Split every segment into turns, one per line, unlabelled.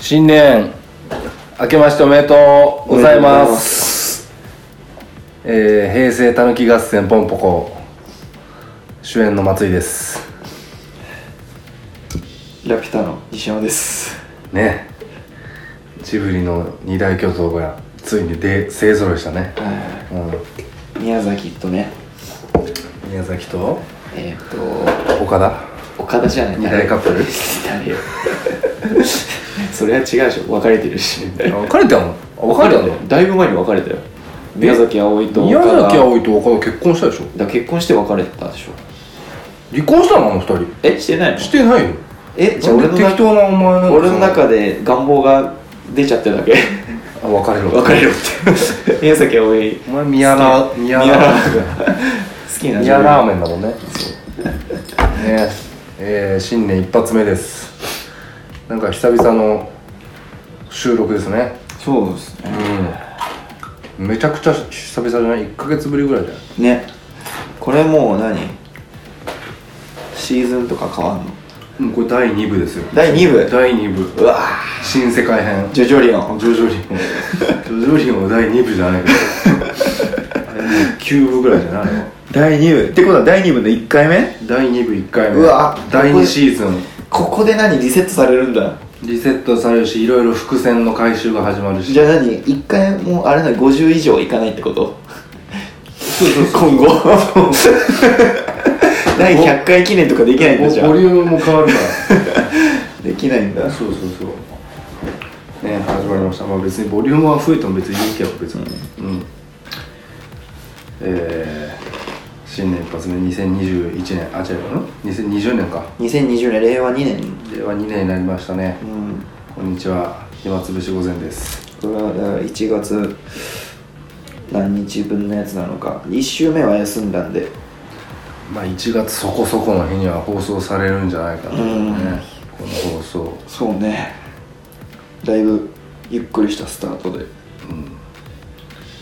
新年明けましておめでとうございますえー平成たぬき合戦ポンポコ主演の松井です
ラピュタの西山です。
ねジブリの二大巨頭がついにで勢ぞろいしたね、
は
う
い宮崎とね、
ん、宮崎と
えっ、ー、
岡田
と岡田じゃない。
二大カップル
誰よ。それは違うでしょ。別れてるし。
あ別れたのあ別れたの
だいぶ前に別れたよ。宮崎葵と
宮
岡田。
崎葵と岡田結婚したでしょ
だから結婚して別れてたでしょ。
離婚したのあの二人
えしてないの？
してないよ
えじゃあ
な
俺
ん
の
で適当
中
なお前なんか
俺の中で願望が出ちゃってるだ け。
あ別れろ
別れろ って。宮崎葵
お前宮ラー宮
宮
ラ
ラ
ー
好きな
宮ラー
ン。
メンだもんねねえー新年一発目ですなんか久々の収録ですね
そうですね。
うんめちゃくちゃ久々じゃない1ヶ月ぶりぐらいだよ
ねこれもう何シーズンとか変わんの
もうこれ第2部ですよ
第2部
第2部
うわぁ
新世界編
ジョジョリオン
ジョジョリオンジョジョリオンは第2部じゃないけ どあれもう9部ぐらいじゃないあれは
第2部ってことは第2部の1回目
第2部1回目
うわ
第2シーズン
ここで何リセットされるんだ
リセットされるしいろいろ伏線の回収が始まるし
じゃあ何1回もあれなの50以上いかないってこと今後第100回記念とかできないん
ボ
だ
リ
じ
ュ
ゃん
ームも変わるか
できないんだ
らそうそうそうね始まりましたまあ別にボリュームは増えても別にいいけど別にうん、えー、新年一発目2021年あ違ううん2020年か
2020年令和2年
令和2年になりましたね
うん
こんにちは暇つぶし午前です
これはだから1月何日分のやつなのか1週目は休んだんで
まあ1月そこそこの日には放送されるんじゃないかなと
うん
ねこの放送
そうねだいぶゆっくりしたスタートで、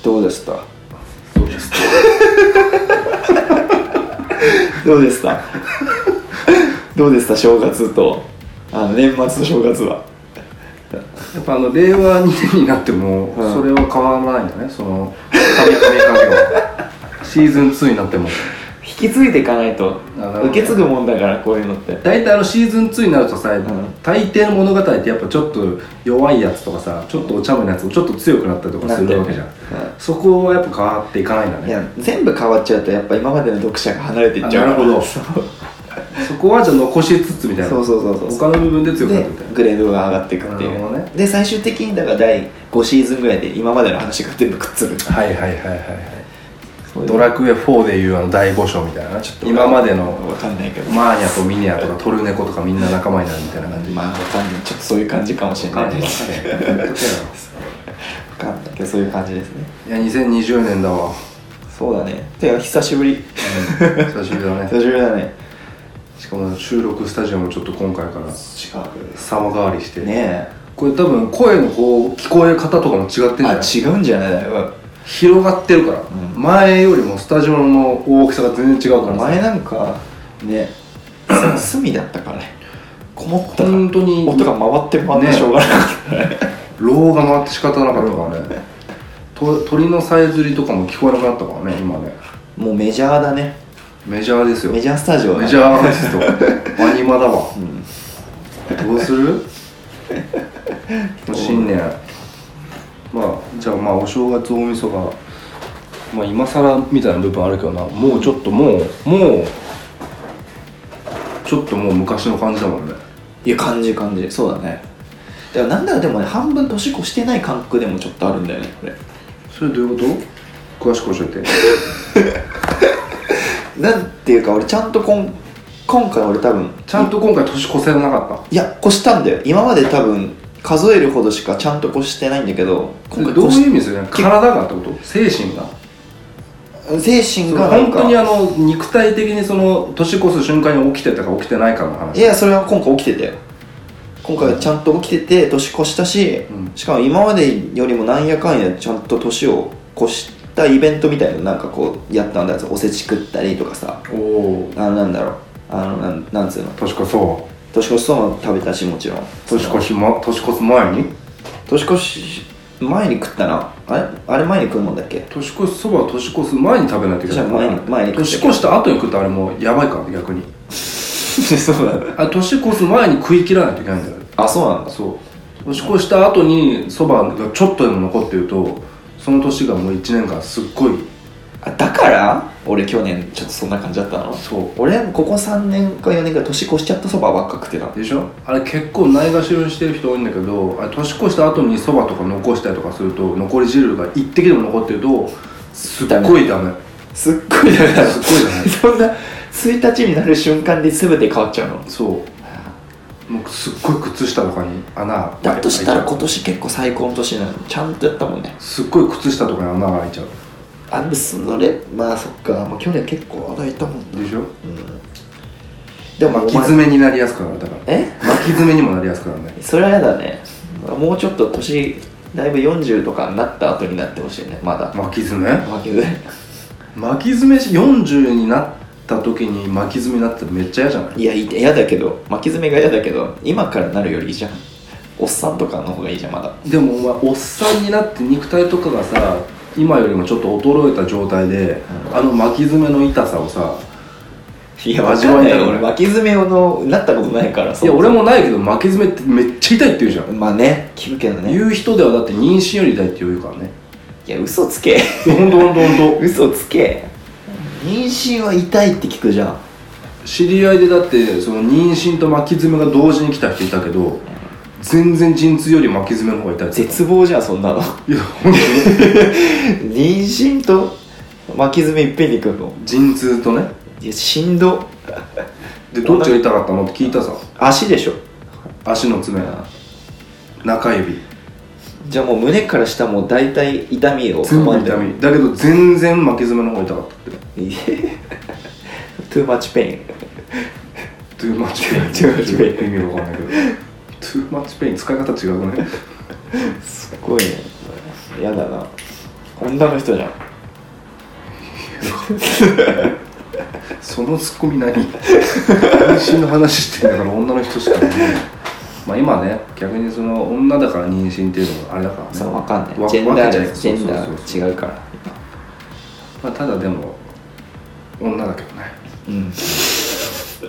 どうでした
そうです
どうでしたどうでした正月とあの年末の正月は
やっぱあの令和2年になっても
うん
それは変わらないんだね、その神々影は シーズン2になっても
引き継いでいかないと
なるほど
受け継ぐもんだからこういうのって
大体あのシーズン2になるとさ、
ん
大抵の物語ってやっぱちょっと弱いやつとかさちょっとお茶目なやつもちょっと強くなったりとかするわけじゃん、
なってるねう
そこはやっぱ変わっていかないんだ
い
ね
や全部変わっちゃうとやっぱ今までの読者が離れていっちゃうから
あなるほ ど
そう
そこはじゃあ残しつつみたいな
そうそうそうそう
他の部分で強くなっ
で
てみたいな
グレードが上がっていくって
ないるほ
う、
どね
で最終的にだから第5シーズンぐらいで今までの話が全部くっつく
はいはいはいはいはい
そういう
ドラクエ4でいうあの第5章みたいなちょっと今までの
わかんないけど
マーニャとミニャとかトルネコとかみんな仲間になるみたいな感じ
まあわかんないちょっとそういう感じかもしれないわかんないけどそういう感じですね
いや2020年だわ、
そうだねてか久しぶり
久しぶりだ ね
久しぶりだね
しかも収録スタジオもちょっと今回から
近くで
様変わりして、
ね
これ多分声のこう聞こえ方とかも違ってん
え
じゃ
あ
ない
違うんじゃないだよ
広がってるから、前よりもスタジオの大きさが全然違うからさ
前なんか ね隅だったからねこもったら
本当に
音が回って回っ
ね
てしょうがなかったね
牢が回って仕方なかっ たからね、と鳥のさえずりとかも聞こえなくなったからね今ね
もうメジャーだね
メジャーですよ
メジャースタジオだね
メジャーアーティス トアニマだわ、どうするもう新年まあじゃあまあお正月大晦日がまあ今更みたいな部分あるけどなもうちょっともうもうちょっともう昔の感じだもんね
いや感じ感じそうだねだからなんだらでもね半分年越してない感覚でもちょっとあるんだよねこれ
それどういうこと詳しく教えて
なんていうか俺ちゃんとこん今回俺多分
ちゃんと今回年越せなかっ
いや越したんだよ今まで多分数えるほどしかちゃんと越してないんだけど
た
今回
どう
越
いう
し
意味ですよね体がってこと精神が
精神がなん
本
か
当にあの肉体的にその年越す瞬間に起きてたか起きてないかの
い
話
やそれは今回起きてたよ今回ちゃんと起きてて年越したし、
うん
しかも今までよりもなんやかんやちゃんと年を越したイベントみたいなのなんかこうやったんだよおせち食ったりとかさ
おお
あのなんだろうあのなんなんつうの
年越そ
年越しそばも食べたしもちろん
年越し、ま、年越す前に
年越し前に食ったなあれあれ前に食うもんだっけ
年越しそばは年越す前に食べないといけない
じゃあ前に前に食って
年越した後に食ったらあれもうやばいから逆に
そうなんだ
あ年越す前に食い切らないといけないんだよ
あそうなんだ
そう年越した後にそばがちょっとでも残ってるとその年がもう1年間すっごい
あだから俺去年ちょっとそんな感じだったの
そ
俺ここ3年か4年ぐらい年越しちゃったそばばっか食ってた
うでしょあれ結構ないがしろにしてる人多いんだけどあれ年越した後にそばとか残したりとかすると残り汁が一滴でも残ってるとすっごいダメ
すっごいだから
すっごいだね
そんな1日になる瞬間で全て変わっちゃうの
そうもうすっごい靴下とかに穴
だとしたら
開いちゃ
今年結構最高の年なのちゃんとやったもんね
うすっごい靴下とかに穴が開いちゃう
あでもそれまあそっか、まあ、去年結構穴いたもんね
でしょ
でも
巻き
お前
爪になりやすくなるだから
え
巻き爪にもなりやすくなるね
それはやだねもうちょっと年だいぶ40とかになった後になってほしいねまだ
巻き爪
負けず
巻き爪し40になった時に巻き爪になったらめっちゃ嫌じゃない
いやい嫌だけど巻き爪が嫌だけど今からなるよりいいじゃんおっさんとかの方がいいじゃんまだ
でもお前おっさんになって肉体とかがさ今よりもちょっと衰えた状態で、
うん
あの巻き爪の痛さをさ
いや
わ
味
か
わ
ん
い
ない
ない
よ
俺巻き爪のなったことないから
いや俺
も
もないけど巻き爪ってめっちゃ痛いって言うじゃん、
まあね聞くけどね
言う人ではだって妊娠より痛いって言うからね
いや嘘つけ
いやほんとほんとほんと
嘘つけ妊娠は痛いって聞くじゃん
知り合いでだってその妊娠と巻き爪が同時に来た人いたけど全然陣痛より巻き爪の方が痛いって言って
絶望じゃんそんなの
たいやほんとに
妊娠と巻き爪いっぺんにくるの
陣痛とね
いやしんど
でどっちが痛かったのって聞いたさ
足でしょ
足の爪中指
じゃあもう胸から下も大体痛みを
全部
で
痛みだけど全然巻き爪の方が痛かったって
いや too much pain
トゥーマッチペイン
Too much pain
意味わかんないけどトゥーマッチペイン使い方違うね
すごいねやだな女の人じゃん
そのツッコミ何妊娠の話してんだから女の人しかいないまあ今ね逆にその女だから妊娠っていうのもあれだからね
それわかんな
わ
いジェンダ
わ
ー
けじゃ
で
ない
ジェンダ
そうそうそう
ー違うから
まあただでも女だけどね
うんそ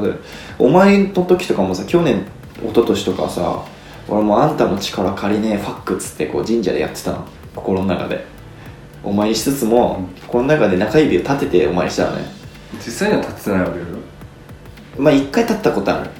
うだよお前の時とかもさ去年一昨年とかさ俺もうあんたの力借りねえファックっつってこう神社でやってたの心の中でお前にしつつも心の中で中指を立ててお前にしたのね
実際には立ってないわけよ
まあ一回立った ことある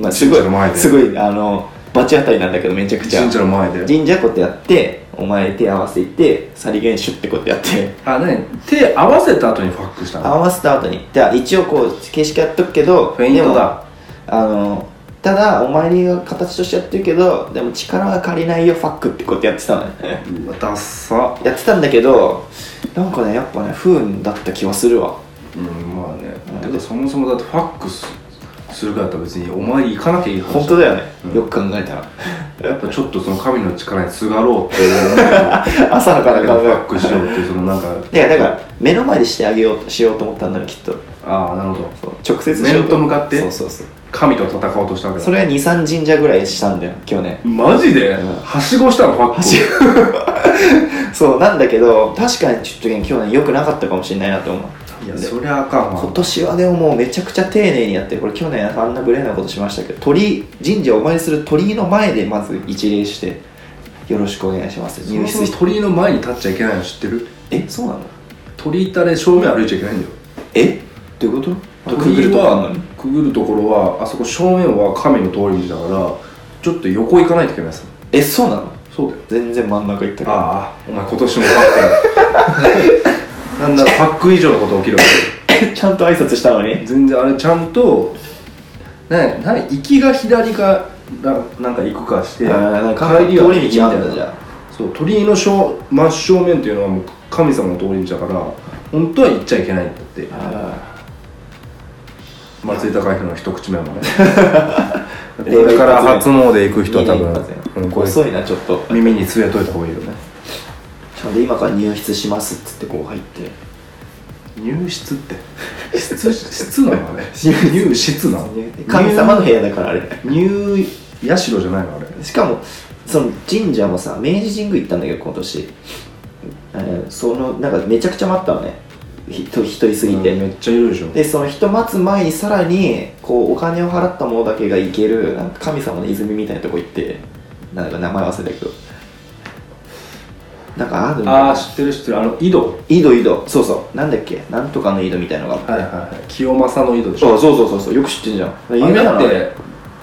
まあすご
神社の前
い
です
ごいあの罰当たりなんだけどめちゃくちゃ
神社の前で
神社こうやってやってお前手合わせていってさりげんシュッてこうやってやって
あ、何手合わせた後にファックした
合
の
わせた後にじゃあ一応こう形式やっとくけど
フェイントだ
でもあのただお参りが形としてやってるけどでも力が借りないよファックってこうやってやってたの ね
うわダッサ
やってたんだけどなんかねやっぱね不運だった気はするわ
うんまあね
うん
てかそもそもだってファックスするからったら別にお参り行かなきゃいい話
本当だよね、
うん
よく考えたら
やっぱちょっとその神の力にすがろうっていうだけ
朝のから
フ
考え
ァックしようっていうそのなんか
いやだから目の前でしてあげようとしようと思ったんだよきっと
ああなるほど
そう直接しよう
面と向かって
そうそうそう
神と戦おうとしたわけだ
それは23神社ぐらいしたんだよ去年
マジで、
うん
はしごしたのファック
はしそうなんだけど確かにちょっとね去年良くなかったかもしれないなと思う
いやそりゃあかんわ
今年はでももうめちゃくちゃ丁寧にやってるこれ去年あんな無礼なことしましたけど鳥居神社お参りする鳥居の前でまず一礼してよろしくお願いします
そも
入
そ
室
も
して
鳥居の前に立っちゃいけないの知ってる
えそうなの
鳥居ったね正面歩いちゃいけないんだよ
えどういうことくぐ
鳥居
るとかあんの
は
に
くぐるところはあそこ正面は神の通り道だからちょっと横行かないといけないさ
えそうなの
そうだよ
全然真ん中行ったけど
ああお前今年もパックやなんだパック以上のこと起きるわけ
ちゃんと挨拶したのに
全然あれちゃんとなな行きが左かななんか行くかし
あ
て帰
ー
り
なんか
は
通り道あるんだじゃあ
そう鳥居の正真正面っていうのはもう神様の通り道だから本当は行っちゃいけないんだって
あ
松井孝弘の一口 目もねこ
例外一発目
れから初詣行く
ー
人は多分
いいね一発ね
うんこれ
遅いなちょっと
耳に据えといた方がいいよね
ちゃんと今から入室しますっつってこう入って
入室って
室
質質なのあれ入室なの
神様の部屋だからあれ
入社じゃないのあれ
しかもその神社もさ明治神宮行ったんだけど今年あのそのなんかめちゃくちゃ待ったのね人人いすぎて、
めっちゃいるでしょ
でその人待つ前にさらにこうお金を払った者だけが行けるなんか神様の泉みたいなとこ行ってなんか名前忘れたけどなんかあるんだよ
ああ知ってる知ってるあの井戸
井戸井戸そうそうなんだっけなんとかの井戸みたいのがあって、
はいはいはい清正の井戸でしょ
そうそうそうそうそうよく知ってんじゃん
あれだっ
あれ
て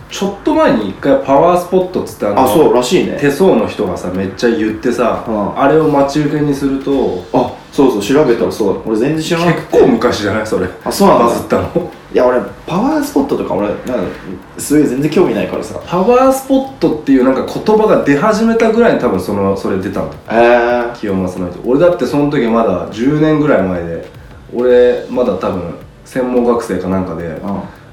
ちょっと前に一回パワースポットっつってあの
あそうらしいね
手相の人がさめっちゃ言ってさ、
うん
あれを待ち受けにすると
あそうそう調べたらそうだ俺全然知らなく
結
て
構昔じゃないそれ
あそうなんだ
バズったの
いや俺パワースポットとか俺なんかそういう全然興味ないからさ
パワースポットっていうなんか言葉が出始めたぐらいに多分そのそれ出たの
えー、
清正の人俺だってその時まだ10年ぐらい前で俺まだ多分専門学生かなんかで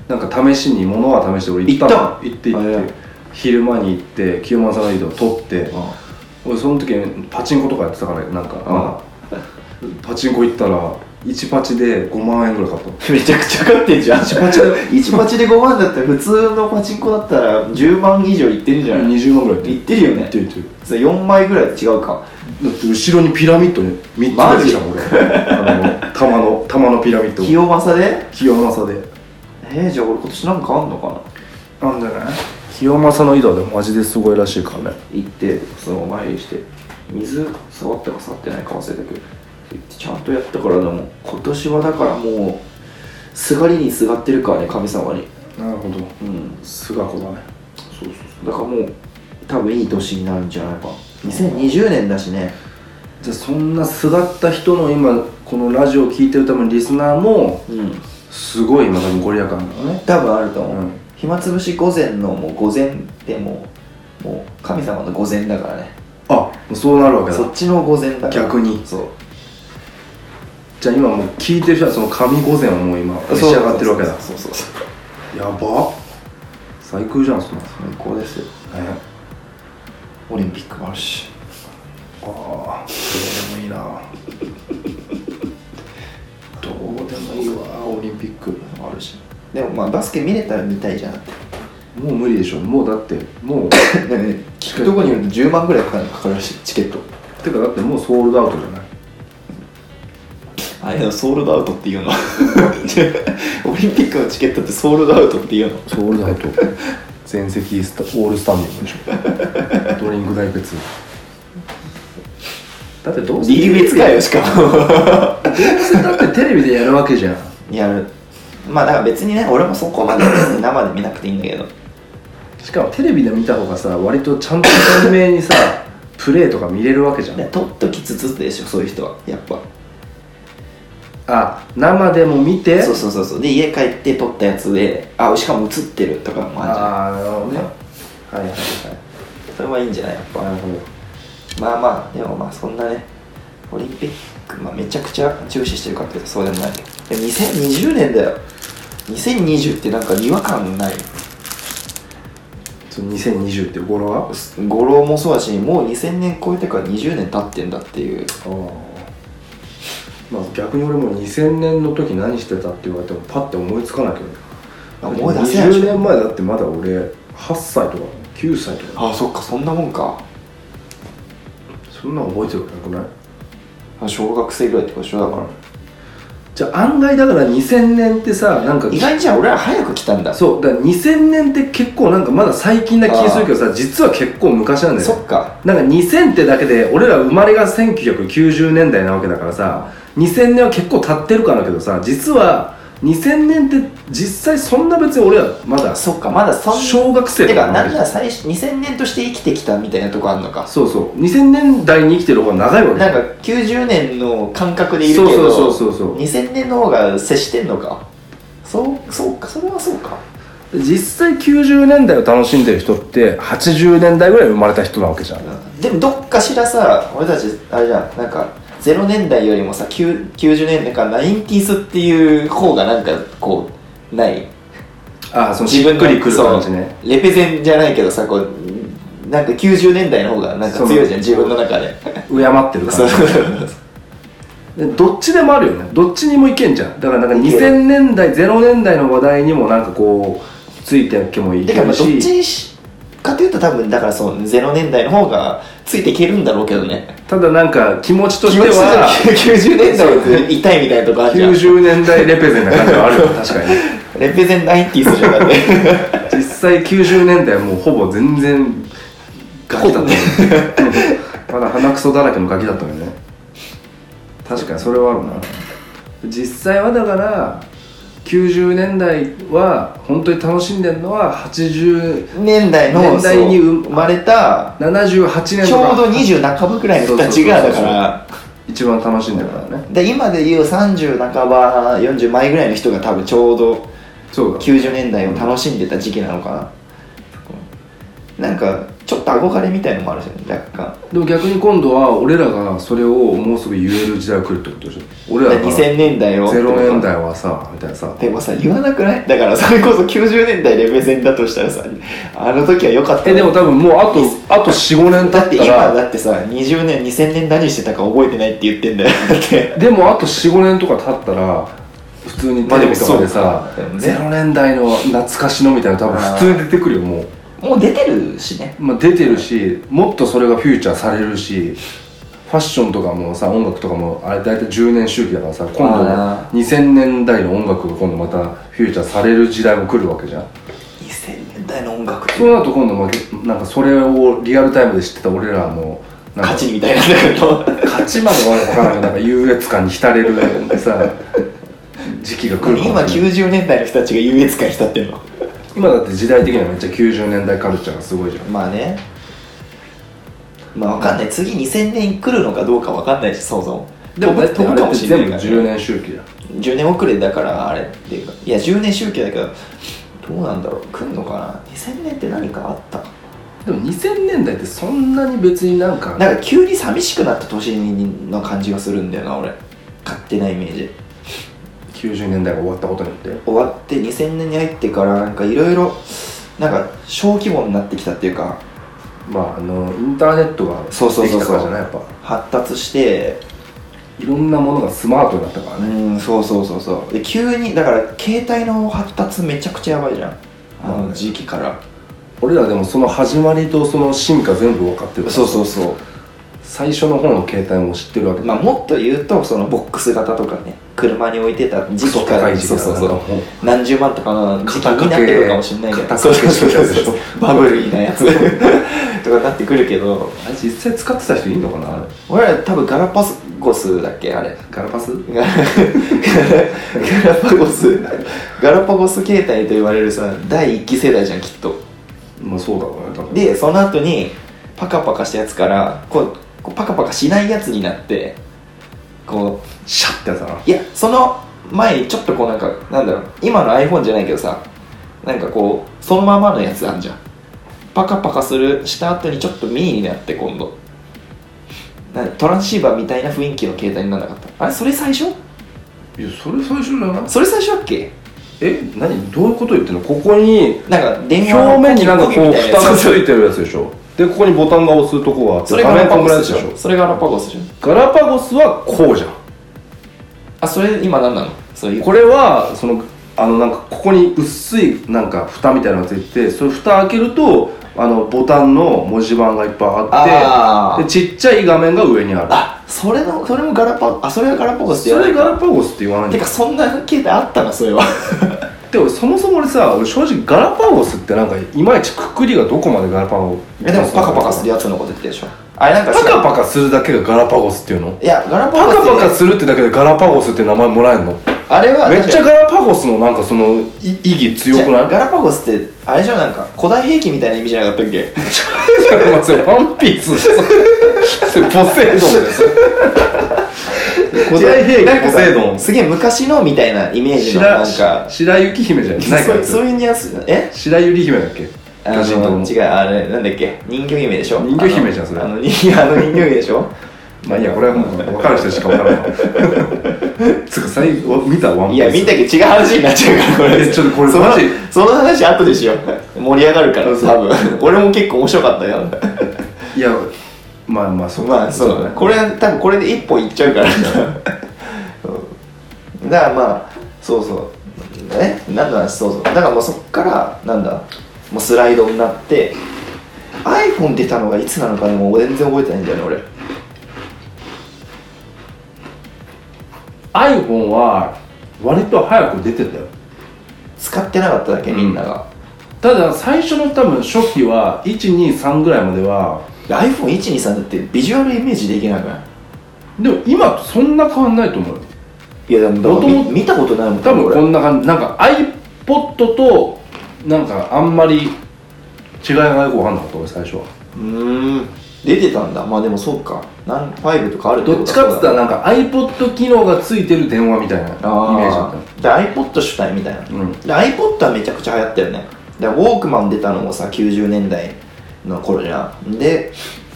なんか試しに物は試して俺行ったの
行った
行って行
あ
っ
れ
て昼間に行って清正の井戸を取って俺その時パチンコとかやってたからなんかまだパチンコ行ったら1パチで5万円ぐらい買ったの
めちゃくちゃ勝ってんじゃん
1パチだよ
1パチで5万だったら普通のパチンコだったら10万以上いってるじゃんい
20万ぐらい行
ってるよ
行
ね
ってる行ってる
4枚ぐらい違うか
だって後ろにピラミッドね3つ出てきたもん俺あの玉の玉のピラミッド
清正で
清正で
えー、じゃあ俺今年なんかあんのかな
なんじゃない清正の井戸でマジですごいらしいからね
行ってそのお参りして水触ったか触ってないか忘れたけど行ってちゃんとやったからでも今年はだからもうすがりにすがってるからね神様に
なるほど
うん
巣箱だね
そうそうそうだからもう多分いい年になるんじゃないか2020年だしね
じゃあそんな巣立った人の今このラジオを聞いてるためにリスナーも
うん
すごい今多分ご利益あるんだろうね
多分あると思う、
うん
暇つぶし午前のもう午前でもうもう神様の午前だからね
あそうなるわけだ
そっちの午前だから
逆に
そう
じゃあ今もう聞いてる人はその神御前をもう今召し上がってるわけだ
そうそうそう
やば最高じゃんそんなの
最高ですよ
ね
オリンピックもあるし
ああどうでもいいなどうでもいいわオリンピック
あるしでもまあバスケ見れたら見たいじゃんって
もう無理でしょもうだって もう
でもね聞くとこによると10万ぐらいかかるかかるらしいチケット
てかだってもうソールドアウトじゃない
あれのソールドアウトっていうの オリンピックのチケットってソールドアウトっていうの
ソールドアウト 全席スタオールスタンディングでし ょドリンク代別だってどうせ
リーベツかよしかも
だってテレビでやるわけじゃん
やるまあだから別にね俺もそこまで生で見なくていいんだけど
しかもテレビで見た方がさ割とちゃんと鮮明 にさプレーとか見れるわけじゃん
ね取っときつつでしょそういう人はやっぱ
あ生でも見て
そうそうそうそうで家帰って取ったやつであしかも映ってるとかもあるじゃ
ああなるほどね
うん
はいはい
ん
は
それはいいんじゃないやっぱ
いなるほど
まあまあでもまあそんなねオリンピック、まあ、めちゃくちゃ重視してるかっていうとそうでもないでも2020年だよ2020ってなんか違和感ない
その2020って語呂は
語呂もそうだしもう2000年超えてから20年経ってんだっていう
ああまあ逆に俺も2000年の時何してたって言われてもパッて思いつかないけど
あ思い出せない
20年前だってまだ俺8歳とか9歳とか
あそっかそんなもんか
そんなの覚えてることなくない
あ小学生ぐらいってことでしょだから
じゃあ案外だから2000年ってさなんか
意外にじゃあ俺ら早く来たんだ
そうだから2000年って結構なんかまだ最近な気がするけどさ実は結構昔なんだよ
そ
ね
っか
なんか2000ってだけで俺ら生まれが1990年代なわけだからさ2000年は結構経ってるからだけどさ実は2000年って実際そんな別に俺らまだ
そっかまだそん
小学生
て
と
か
かな
な
わけ
ん
じ
な
ゃん
ら最初2000年として生きてきたみたいなとこあんのか
そうそう2000年代に生きてる方が長いわけじ
な
ゃ
ん
ん
か90年の感覚でいるけ
そう
ど
そうそうそうそう
2000年の方が接してんのかそうそうかそれはそうか
実際90年代を楽しんでる人って80年代ぐらいに生まれた人なわけじゃん
でもどっかしらさ俺たちあれじゃんなんか0年代よりもさ9 90年代から 90s っていう方がなんかこうない
ああそのしっくりくる感じね
そうレペゼンじゃないけどさこうなんか90年代の方がなんか強いじゃん自分の中で
敬ってる
そう
感じでどっちでもあるよねどっちにもいけんじゃんだからなんか
いける
2000年代0年代の話題にもなんかこうついていけもい
だか
け
らま
る
あどっち
し
にしかというと多分だからその0年代の方がついていけるんだろうけどね
ただなんか気持ちと
気
し
持
て
ち
は
90年代って痛いみたいなとこあるじゃん
90年代レペゼンな感じはあるよ確かに
レペゼンナインティスじゃなくて
実際90年代はもうほぼ全然ガキだったよねまだ鼻くそだらけのガキだったよね確かにそれはあるな実際はだから90年代は本当に楽しんでるのは8078
年代の
年代に
そう
生
生まれた
年
ち
と
ょうど
か
20半ばくらいの人たちが
そう
だ
そ
か
うそうそう
ら
一番楽しんでるからね
で今で言う30半ば40前ぐらいの人が多分ちょうど
そうだ
90年代を楽しんでた時期なのかな、なんかちょっと憧れみたいのもあるじゃん若干
でも逆に今度は俺らがそれをもうすぐ言える時代が来るってことでしょ俺らが
2000年代を
0年代はさみたいなさ
でもさ言わなくないだからそれこそ90年代レベゼンだとしたらさあの時は良かった
え
な
でも多分もうあとあと45年
だっ
経
て
った
今
ら
だってさ20年2000年何してたか覚えてないって言ってんだよだって
でもあと45年とか経ったら普通にテレビとかでさ
まあでもそうか
0年代の懐かしのみたいな多分普通に出てくるよ もう、
もう出てるしね
まあ、出てるしもっとそれがフューチャーされるしファッションとかもさ音楽とかもあれ大体10年周期だからさ今度
あ
2000年代の音楽が今度またフューチャーされる時代も来るわけじゃん
2000年代の音楽
そうなると今度まあなんかそれをリアルタイムで知ってた俺らのなんか
勝ちみたいなの
勝ちまでは分からんけどなんか優越感に浸れるさ時期が来るかもしれ
今
ない
90年代の人たちが優越感浸ってるの
今だって時代的にはめっちゃ90年代カルチャーがすごいじゃん
まあねまあわかんない次2000年来るのかどうかわかんないしそもそも
でもだ
飛
っ
ぶ飛
てあ
ぶ
れ
か
っ
も
て
しれない
全部
から、
10年周期だよ
10年遅れだからあれっていうかいや10年周期だけどどうなんだろう来んのかな2000年って何かあった
でも2000年代ってそんなに別になんか
なんか急に寂しくなった年の感じがするんだよな俺勝手なイメージ
90年代が終わったことによって
終わって2000年に入ってからなんかいろいろなんか小規模になってきたっていうか
まああのインターネットがで
そうそう
き
そう
た
そう
からじゃないやっぱ
発達して
いろんなものがスマートになったから
う
ね
んそうそうそうそうで急にだから携帯の発達めちゃくちゃやばいじゃんあの時期から
俺らでもその始まりとその進化全部分かってるから
そうそうそ
最初の方の携帯も知ってるわけ
う
だ
まあもっと言うとそのボックス型とかね車に置いてた時期から
クソ高い時期
そう
だな
そうそ
なん
う
かもう
何十万とかの時期になってくるかもしれないけど
肩
そう
掛
そ
け
うそう
肩掛けしてるやつ
そ
で
うバブリーなやつ とかなってくるけど
あれ実際使ってた人いるのかなあれ
俺ら多分ガラパゴスだっけあれ
ガラパス
ガラガラパゴスガラパゴス携帯と言われるさ第一期世代じゃんきっと
まあそうだろうね多分
でその後にパカパカしたやつからこうこうパカパカしないやつになってこう
シャッてやつだない
やその前にちょっとこうなんかなんだろう今の iPhone じゃないけどさなんかこうそのままのやつあんじゃんパカパカするした後にちょっとミニになって今度なんトランシーバーみたいな雰囲気の携帯にならなかったあれそれ最初
いやそれ最初じゃない
それ最初だっけ
え何どういうこと言ってんのここに
なんか電
表
話の
面になんかこ
コキコ
う
キみたい
蓋
な
が
や
つ
つ
いてるやつでしょでここにボタンが押すとこがあって
それがラパ
こん
ゴ
ぐらい
ス
でし
でし
ょ
ょそれがラパゴスでしょ
ガラパゴスはこうじゃん
あそれ今何なのそれ
これはそのあのなんかここに薄いなんか蓋みたいなのがついててそれ蓋開けるとあのボタンの文字盤がいっぱいあ
あ
って
ー
でちっちゃい画面が上にある
あそれのそれもガラパあそれはガラパゴスって
そ
や
れガラパゴスって言わないんだ
てかそんな携帯あったなそれは
でもそもそも俺さ俺正直ガラパゴスってなんかいまいちくくりがどこまでガラパゴス
えでもパカパカするやつのこと言ってるでしょあれなんか
パ
さ
カパカするだけがガラパゴスっていうの
いやガラパゴ
パ
ス
カ
って
パカするってだけでガラパゴスって名前もらえるの
あれは
めっち
確
ゃ
か
ガラパゴスのなんかそのい意義
に
強くな
じゃ
い
あガラパゴスってあれじゃんなんか古代兵器みたいな意味じゃなかったっけ
それワンピースそれポセイドンです古代兵器ポセイドン
すげえ昔のみたいなイメージのなん
白
か
白雪姫じゃないか
そうそう
ら
いうニュアンスえ
白雪姫だっけ
あ
巨人と
の
も
違うあれなんだっけ人魚姫でしょ
人魚姫じゃんそれ
あの人あの人魚姫でしょ
まあいいやこれはもう分かる人しか分からないつうか最後見たワンピース
いや見たけど違う話になっちゃうからこ
え
れ
ちょっとこれ
その
マジ
その話後でしよう盛り上がるから
そうそう
多分俺も結構面白かったよ
いやまあまあそう
まあそうだねこれ多分これで一本いっちゃうからだからまあそうそうえなんだそうそうだからもうそっからなんだもうスライドになって iPhone 出たのがいつなのかでも全然覚えてないんだよね俺
iPhone は割と早く出てたよ
使ってなかっただけみんなが、
ただ最初の多分初期は123ぐらいまでは
で iPhone123 だってビジュアルイメージできなくない
でも今とそんな変わんないと思うよ
いやでもだから
元々
見見たことないもん
多分こ
俺
んな感じなんか iPod となんかあんまり違いがよく分かんなかった俺最初は
うーん出てたんだまあでもそうかなん5とかある
どっちかっつったら
イ
なんか iPod 機能がついてる電話みたいなイメージだった
で iPod 主体みたいな、
うん
で iPod はめちゃくちゃ流行ったよねでウォークマン出たのもさ90年代の頃じゃんで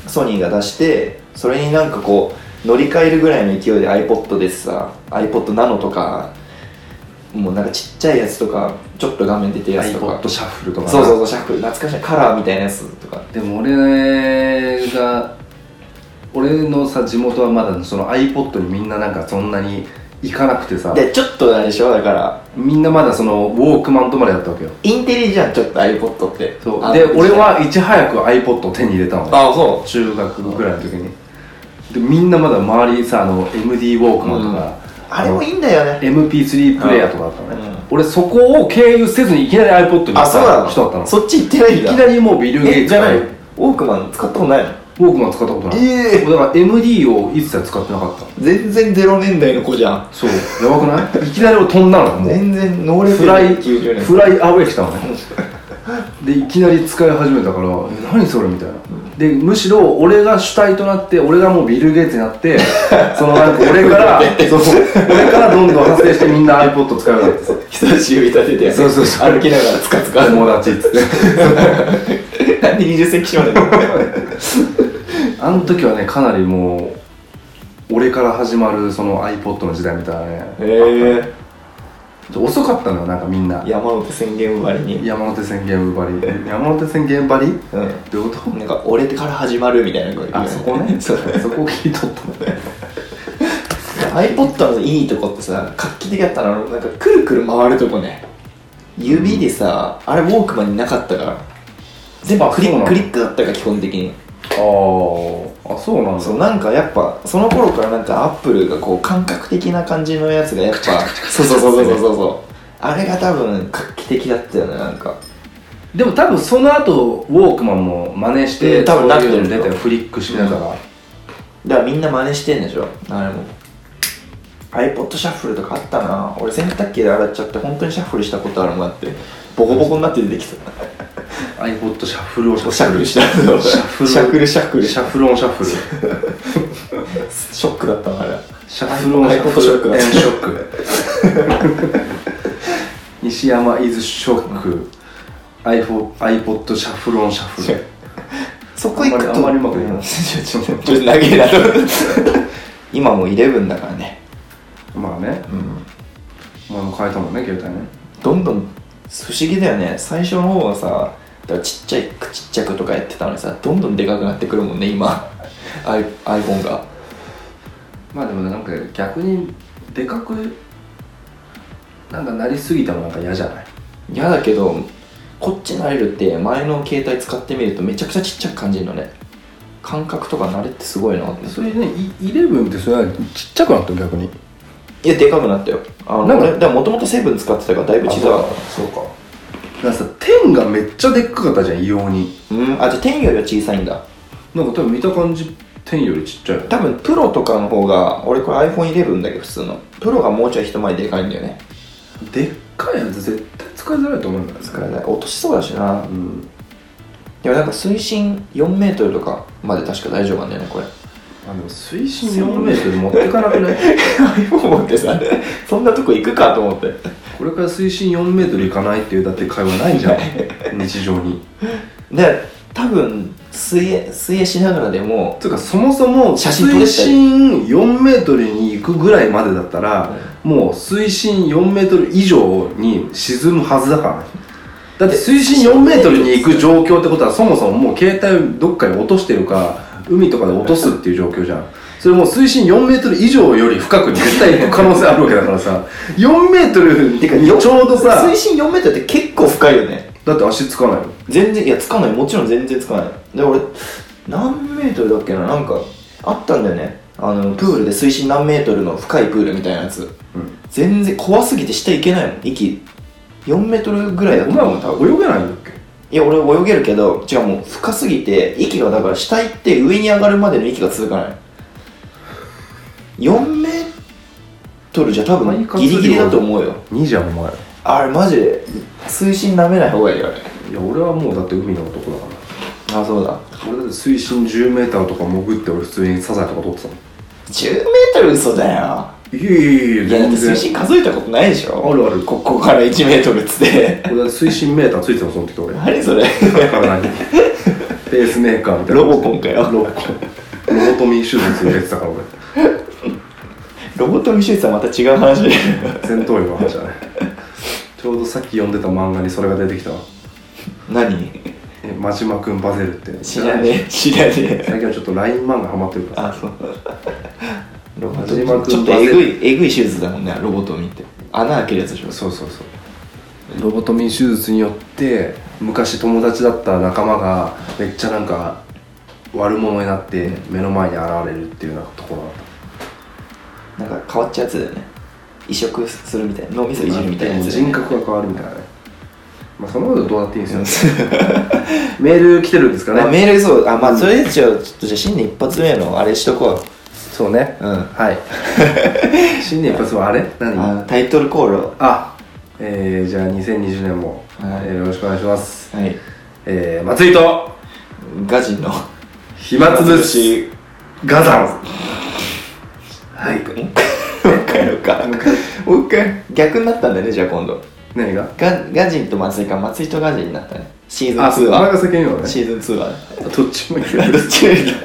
ソニーが出してそれになんかこう乗り換えるぐらいの勢いで iPod でさ iPod ナノとかもうなんかちっちゃいやつとかちょっと画面出てるやつとか
iPod シャッフルとかな
そうそうそうシャッフル懐かしいカラーみたいなやつとか
でも俺が俺のさ地元はまだその iPod にみんななんかそんなに行かなくてさ
でちょっとあれでしょだから
みんなまだそのウォークマンとまでだったわけよ
インテリじゃんちょっと iPod って
そう
あ
で俺はいち早く iPod を手に入れたのね
あそ
中学ぐらいの時にでみんなまだ周りにさあの MD ウォークマンとか、
うあれもいいんだよね
MP3 プレイヤーとかだったのね、
うん
俺そこを経由せずにいきなり iPod に行
あ
っ
そうな
た
の
人だったの
そっち行ってないん
い
だ
きなりもうビル・ゲ
え
イツ
じゃ
とか
ないウ
ウ
ォークマン使ったことないの
ォークマン使ったことない、
ええ
だから MD を一切使ってなかった
全然ゼロ年代の子じゃん
そうやばくないいきなり俺飛んだのもう
全然ノーレベル
フライ
90年
フライアウェイしたのねでいきなり使い始めたから「え何それ」みたいな、でむしろ俺が主体となって俺がもうビル・ゲイツになって そのなんか俺からそう俺からどんどん派生してみんな iPod 使うようになってさ
人差し指立てて
そうそうそう
歩きながらつかつか
友達っつって
なんで20世紀少年だ
あの時はねかなりもう俺から始まるその iPod の時代みたいなね
へえ
遅かったのよなんかみんな
山手宣言割に
山手線ゲームばり山手線ゲームばり
うん
どういうこと
なんか俺から始まるみたいな声
あそこね
そ
そうこ聞いとったのね
iPod のいいとこってさ画期的だったのなんかくるくる回るとこね指でさ、あれウォークマンになかったから全部
あ
クリ
そう
ッ
な
ク
の
クリックだったから基本的に
あああそうなんだ
そうなんかやっぱその頃からなんかアップルがこう感覚的な感じのやつがやっぱそうそうそうそうそうそうそうあれが多分画期的だったよねなんか
でも多分その後ウォークマンも真似して、
うん多分なって
そう
る
いうの出たよフリックしながら、
だからみんな真似してんでしょあれも iPod シャッフルとかあったな俺洗濯機で洗っちゃって本当にシャッフルしたことあるもんだってボコボコになって出てきた
iPod シャッフルをシ
シャッフルしたシ
シ
ャッ
ャッ
フ
フ
ル
ル
シャッフルシャッフル
シャッフルオンシャッフル
ショックだったなあれ
シャッフルオンシャッ
iPod ショッ
フ
ク
ル
だ
エンショック西山イズショック iPhone iPod シャッフルオンシャッフル
そこ行くと
あんまりあんまりうまくいかない
ち ょちょちょちょっと投げだろ 今もう11だからね
まあね
うん
お前も変えたもんね携帯ね
どんどん不思議だよね最初の方はさだからちっちゃいくちっちゃくとかやってたのにさどんどんでかくなってくるもんね今 i- iPhone が
まあでもなんか逆にでかくなんかなりすぎたのなんか嫌じゃない
嫌だけどこっち慣れるって前の携帯使ってみるとめちゃくちゃちっちゃく感じるのね感覚とか慣れってすごいなって
それねイ11ってそれはちっちゃくなった逆に
いやでかくなったよあの
なんか
俺でももともとセブン使ってたからだいぶ小さかったそうか
だからさ天がめっちゃでっかかったじゃん異様に
うんあじゃあ10よりは小さいんだ
なんか多分見た感じ天よりちっちゃい
多分プロとかの方が俺これ iPhone11 だけど普通のプロがもうちょい一回りでかいんだよね
でっかいやつ絶対使いづらいと思うんだよね
使えない落としそうだしな
うん
でもなんか水深4メートルとかまで確か大丈夫なんだよねこれ
あの水深4メートル持ってかなくない
iPhone ってさ そんなとこ行くかと思って
これから水深4メートルいかないっていうだって会話ない じゃん日常に
で多分水泳水泳しながらでも
つうかそもそも
写真撮れ
水
たり
深4メートルに行くぐらいまでだったら、もう水深4メートル以上に沈むはずだからねだって水深4メートルに行く状況ってことはそもそももう携帯をどっかに落としてるか海とかで落とすっていう状況じゃんそれもう水深4メートル以上より深くに絶対行く可能性あるわけだからさ4メートル
てか
にちょうどさ
水深 4m って結構深いよね
だって足つかないよ
全然いやつかないもちろん全然つかないで俺何メートルだっけななんかあったんだよねあのプールで水深何メートルの深いプールみたいなやつ
うん
全然怖すぎて下行けないもん息4メートルぐらいだ
お
と
前
思う多分
も泳げないんだっ
い
け
や俺泳げるけど違うもう深すぎて息がだから下行って上に上がるまでの息が続かない4メートルじゃ多分ギリギリだと思うよ
2じゃんお前い
あれマジで水深舐めない方がいいよあれ
や俺はもうだって海の男だか
あそうだ
ら俺だって水深10メーターとか潜って俺普通にサザエとか取ってたも
10メートル嘘だよ
んいやいやいや
いやだって水
全
深
然
数えたことないでし
あ
ょ
るある
ここから1メートルっつって
俺だって水深メーターついてたもんその 時俺
何 それ
体にペースメーカーみたいな
ロボコンかよ
ロボコンロボトミー手術受けてたから俺
ロボットミシューズはまた違う話で
戦闘員の話だねちょうどさっき読んでた漫画にそれが出てきたわ
何
え真島くんバゼルって
知らねえ知らねえ
最近はちょっと LINE 漫画ハマってるから
あそう ロボッ
田島
トちょ
君
っとえぐいえぐい手術だもんねロボットミって穴開けるやつでしょ
そうそうそうロボトミー手術によって昔友達だった仲間がめっちゃなんか悪者になって目の前に現れるっていうようなところだった
なんか変わっちゃうやつだよね移植するみたいな脳みそいじるみたいなやつだよ
人
ね
格が変わるみたいなねまあそのことどうだっていいんですよメール来てるんですか
あ
ね
メールそうあまあそれじゃあちょっとじゃあ新年一発目のあれしとこ
そうね
ううん
はい新年一発目あれ何
あタイトルコールを
あえー、じゃあ2020年も、
はい
えーよろしくお願いします
はい
えー、松井と
ガジンの
暇つぶしガザンはい
もう一回やろうかもう一回逆になったんだよねじゃあ今度
何が
ガガジンと松井か松井とガジンになったねシーズン
あそ
2
うお前が
は
先に言うのね
シーズン2は
どっちもいい
ねどっちがいいか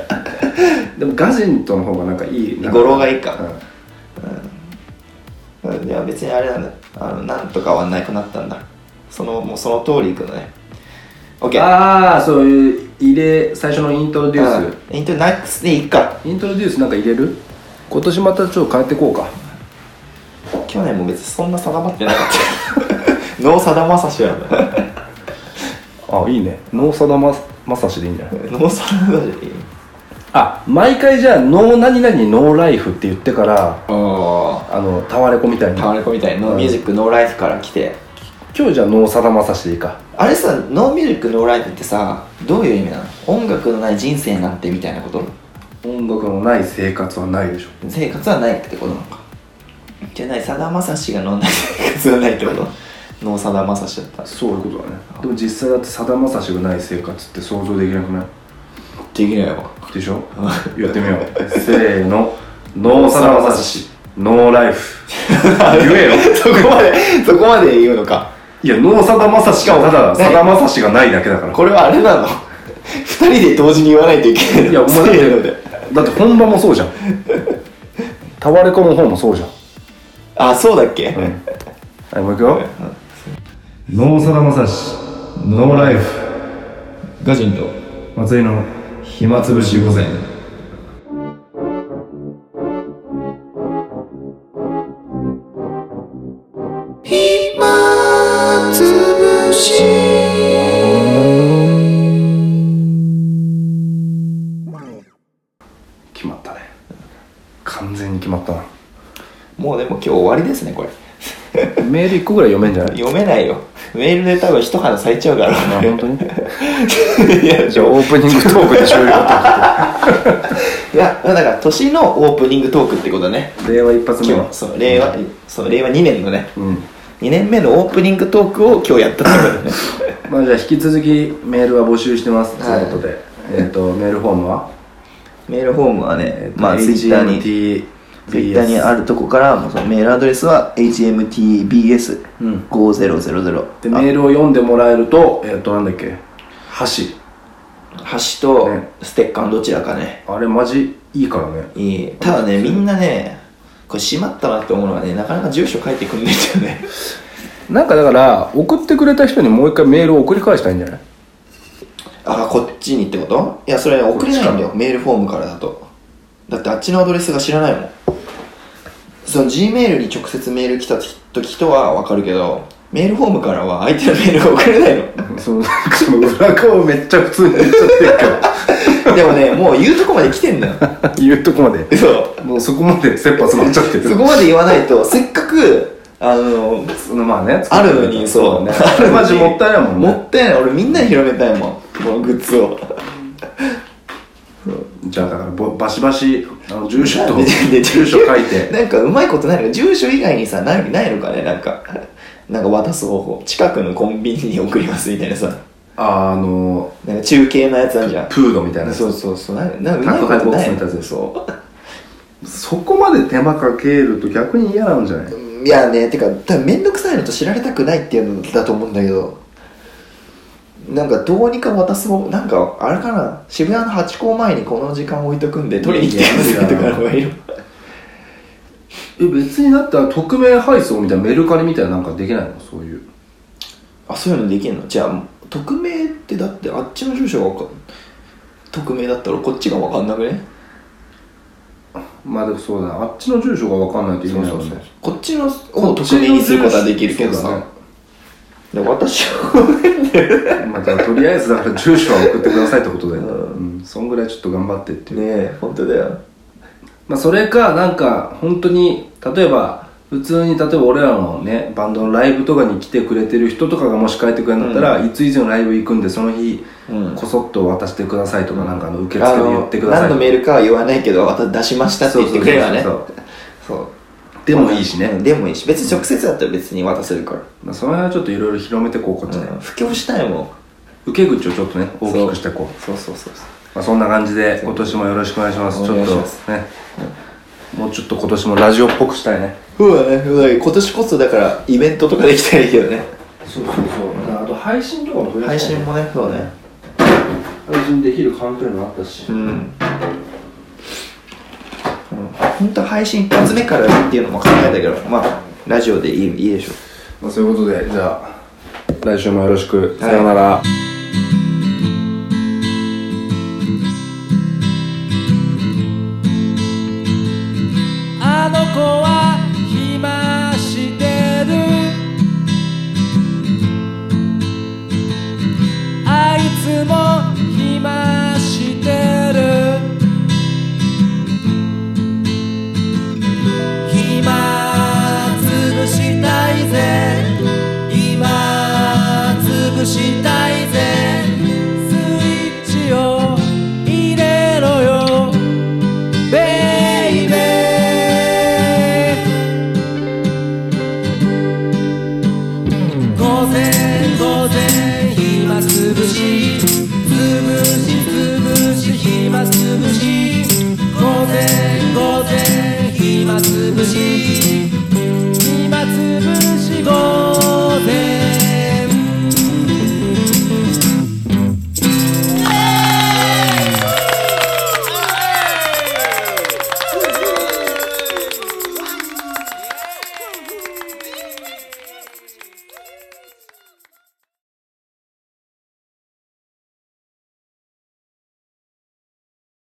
でもガジンとの方がなんかいい
語呂がいいか
うん
うんいや別にあれなんだあのなんとかはなくなったんだそのもうその通りいくのね OK
ああそういう入れ最初のイントロデュース
イントロナックスでいいか
イントロデュースなんか入れる今年またちょっと変えてこうか
去年も別にそんな定まってなかった ノーさだまさしや な
あいいねノーサダママサシでいいんじゃない
ノーさだまさしでいい
あ毎回じゃあノー何々ノーライフって言ってから
あ
あのタワレコみたいに
タワレコみたいなノーミュージックノーライフから来て
今日じゃあノーサダマサシでいいか
あれさノーミュージックノーライフってさどういう意味なの音楽のない人生なんてみたいなこと
音楽のない生活はないでしょ
生活はないってことなのかじゃないさだまさしが飲んだ生活はないってことノーさだまさしだったで
そういうことだねでも実際だってさだまさしがない生活って想像できなくない
きないわ
でしょやってみようせーのノーサダマサシノーライフ言えよ
そこまでそこまで言うのか
いや、ノーサダマサシがただ、
ね
サダマサシがないだけだから。
これはあれなの二人で同時に言わないといけない
いや、お前
せーの
だっ
で
て、だって本場もそうじゃん。タワレコの方もそうじゃん。
あそうだっけ、
うんはい、もういくよ。ノーサダマサシ、ノーライフ、
ガジンと
松井の暇つぶし午前。決まったね。完全に決まったな。
もうでも今日終わりですねこれ
メール一個ぐらい読めんじゃない
読めないよメールで多分一花咲いちゃうから
あ、本当
い
に
や
じゃあオープニングトークで終了
いやだから年のオープニングトークってことね
令和一発目
今
の
日そう令和、そう令和2年のね
うん
2年目のオープニングトークを今日やったってことね
まあじゃあ引き続きメールは募集してますと
はい
いうことで、えっ、とメールフォームは、
メールフォームは
え
ね
ーと
まあツイッターにツイ
HMTBS
ッターにあるとこからもうそのメールアドレスは
うん
hmtbs5000
でメールを読んでもらえるとえっ、となんだっけ箸
橋と
ね
ステッカーのどちらかね
あれマジいいからね
いいただねみんなねこれ閉まったなって思うのはねなかなか住所書いてくんないんだよね
なんかだから送ってくれた人にもう一回メールを送り返したいんじゃない
あこっちにってこといやそれ送れないんだよメールフォームからだとだってあっちのアドレスが知らないもんその G メールに直接メール来た時とは分かるけどメールフォームからは相手のメールが送れない の
そのなんかその裏顔めっちゃ普通に言っちゃってるか
でもねもう言うとこまで来てん だよ
ら 言うとこまで
そう
もうそこまで切羽詰まっちゃ ってる
そこまで言わないとせっかくあの
そのまあね
あるのにそう
ね
あるのに
マジもったいないもん
も
ね
ったいない俺みんなに広めたいもんこのグッズを
じゃあだからぼバシバシあの住所 と
でで
住所書いて
なんかうまいことないのか住所以外にさ何ないのかねなんかなんか渡す方法近くのコンビニに送りますみたいなさ
ああの
なんか中継のやつあるじゃん
プードみたいなやつ
そうそうそうなんかなんか
宅
うまい
配
こと
ボック
な
ス
い
みたいなやつでそうそこまで手間かけると逆に嫌なんじゃない
いやねてか多分面倒くさいのと知られたくないっていうのだと思うんだけどなんかどうにか渡す方なんかあれかな渋谷のハチ公前にこの時間置いとくんで取りに来てくださいとかの方がいいの
え別にだったら匿名配送みたいなメルカリみたいななんかできないのそういう
あそういうのできるのじゃあ匿名ってだってあっちの住所がわかん匿名だったらこっちが分かんなくね
まあでもそうだなあっちの住所が分かんないといけないもんね
こっちのを匿名にすることはできるけど
そうだ
さ
ね
で私は
まあ、だからとりあえずだから住所は送ってくださいってことだよ、ね
う
うん、そんぐらいちょっと頑張ってっていう、
ねえ本当だよ
まあ、それかなんか本当に例えば普通に例えば俺らのねバンドのライブとかに来てくれてる人とかがもし帰ってくれるんだったら、いつ以上のライブ行くんでその日
うん
こそっと渡してくださいとか、なんかあの受付
あ
で言
の
ってください
何のメールかは言わないけど私出しましたって言ってくれればね
そ
そうう
そうそうそうでもいいしね、
うんでもいいし別に直接だったら別に渡せるから、
まあ、その辺はちょっといろいろ広めてこうこっちで、
うん布教したいもん
受け口をちょっとね大きくしてこう
そうそうそうそう
まあ、そんな感じで今年もよろしくお願いします
お
ちょ
願い
っと
し
ね
ます、
もうちょっと今年もラジオっぽくしたいね
そうだねそうだね今年こそだからイベントとかできたらいいけどね
そうそうそうあと配信とかも増
配信もねそうね
配信できる環境にもあったし
うん、うん、本当配信一発目からっていうのも考えたけどまあラジオでいいいいでしょ
まあ、そういうことでじゃあ来週もよろしくさようなら、
あの子は暇してるあいつも暇してる暇つぶしたいぜ今つぶしたいぜスイッチを入れろよベイベー午前午前暇つぶしつぶしつぶし暇つぶし午前午前暇つぶし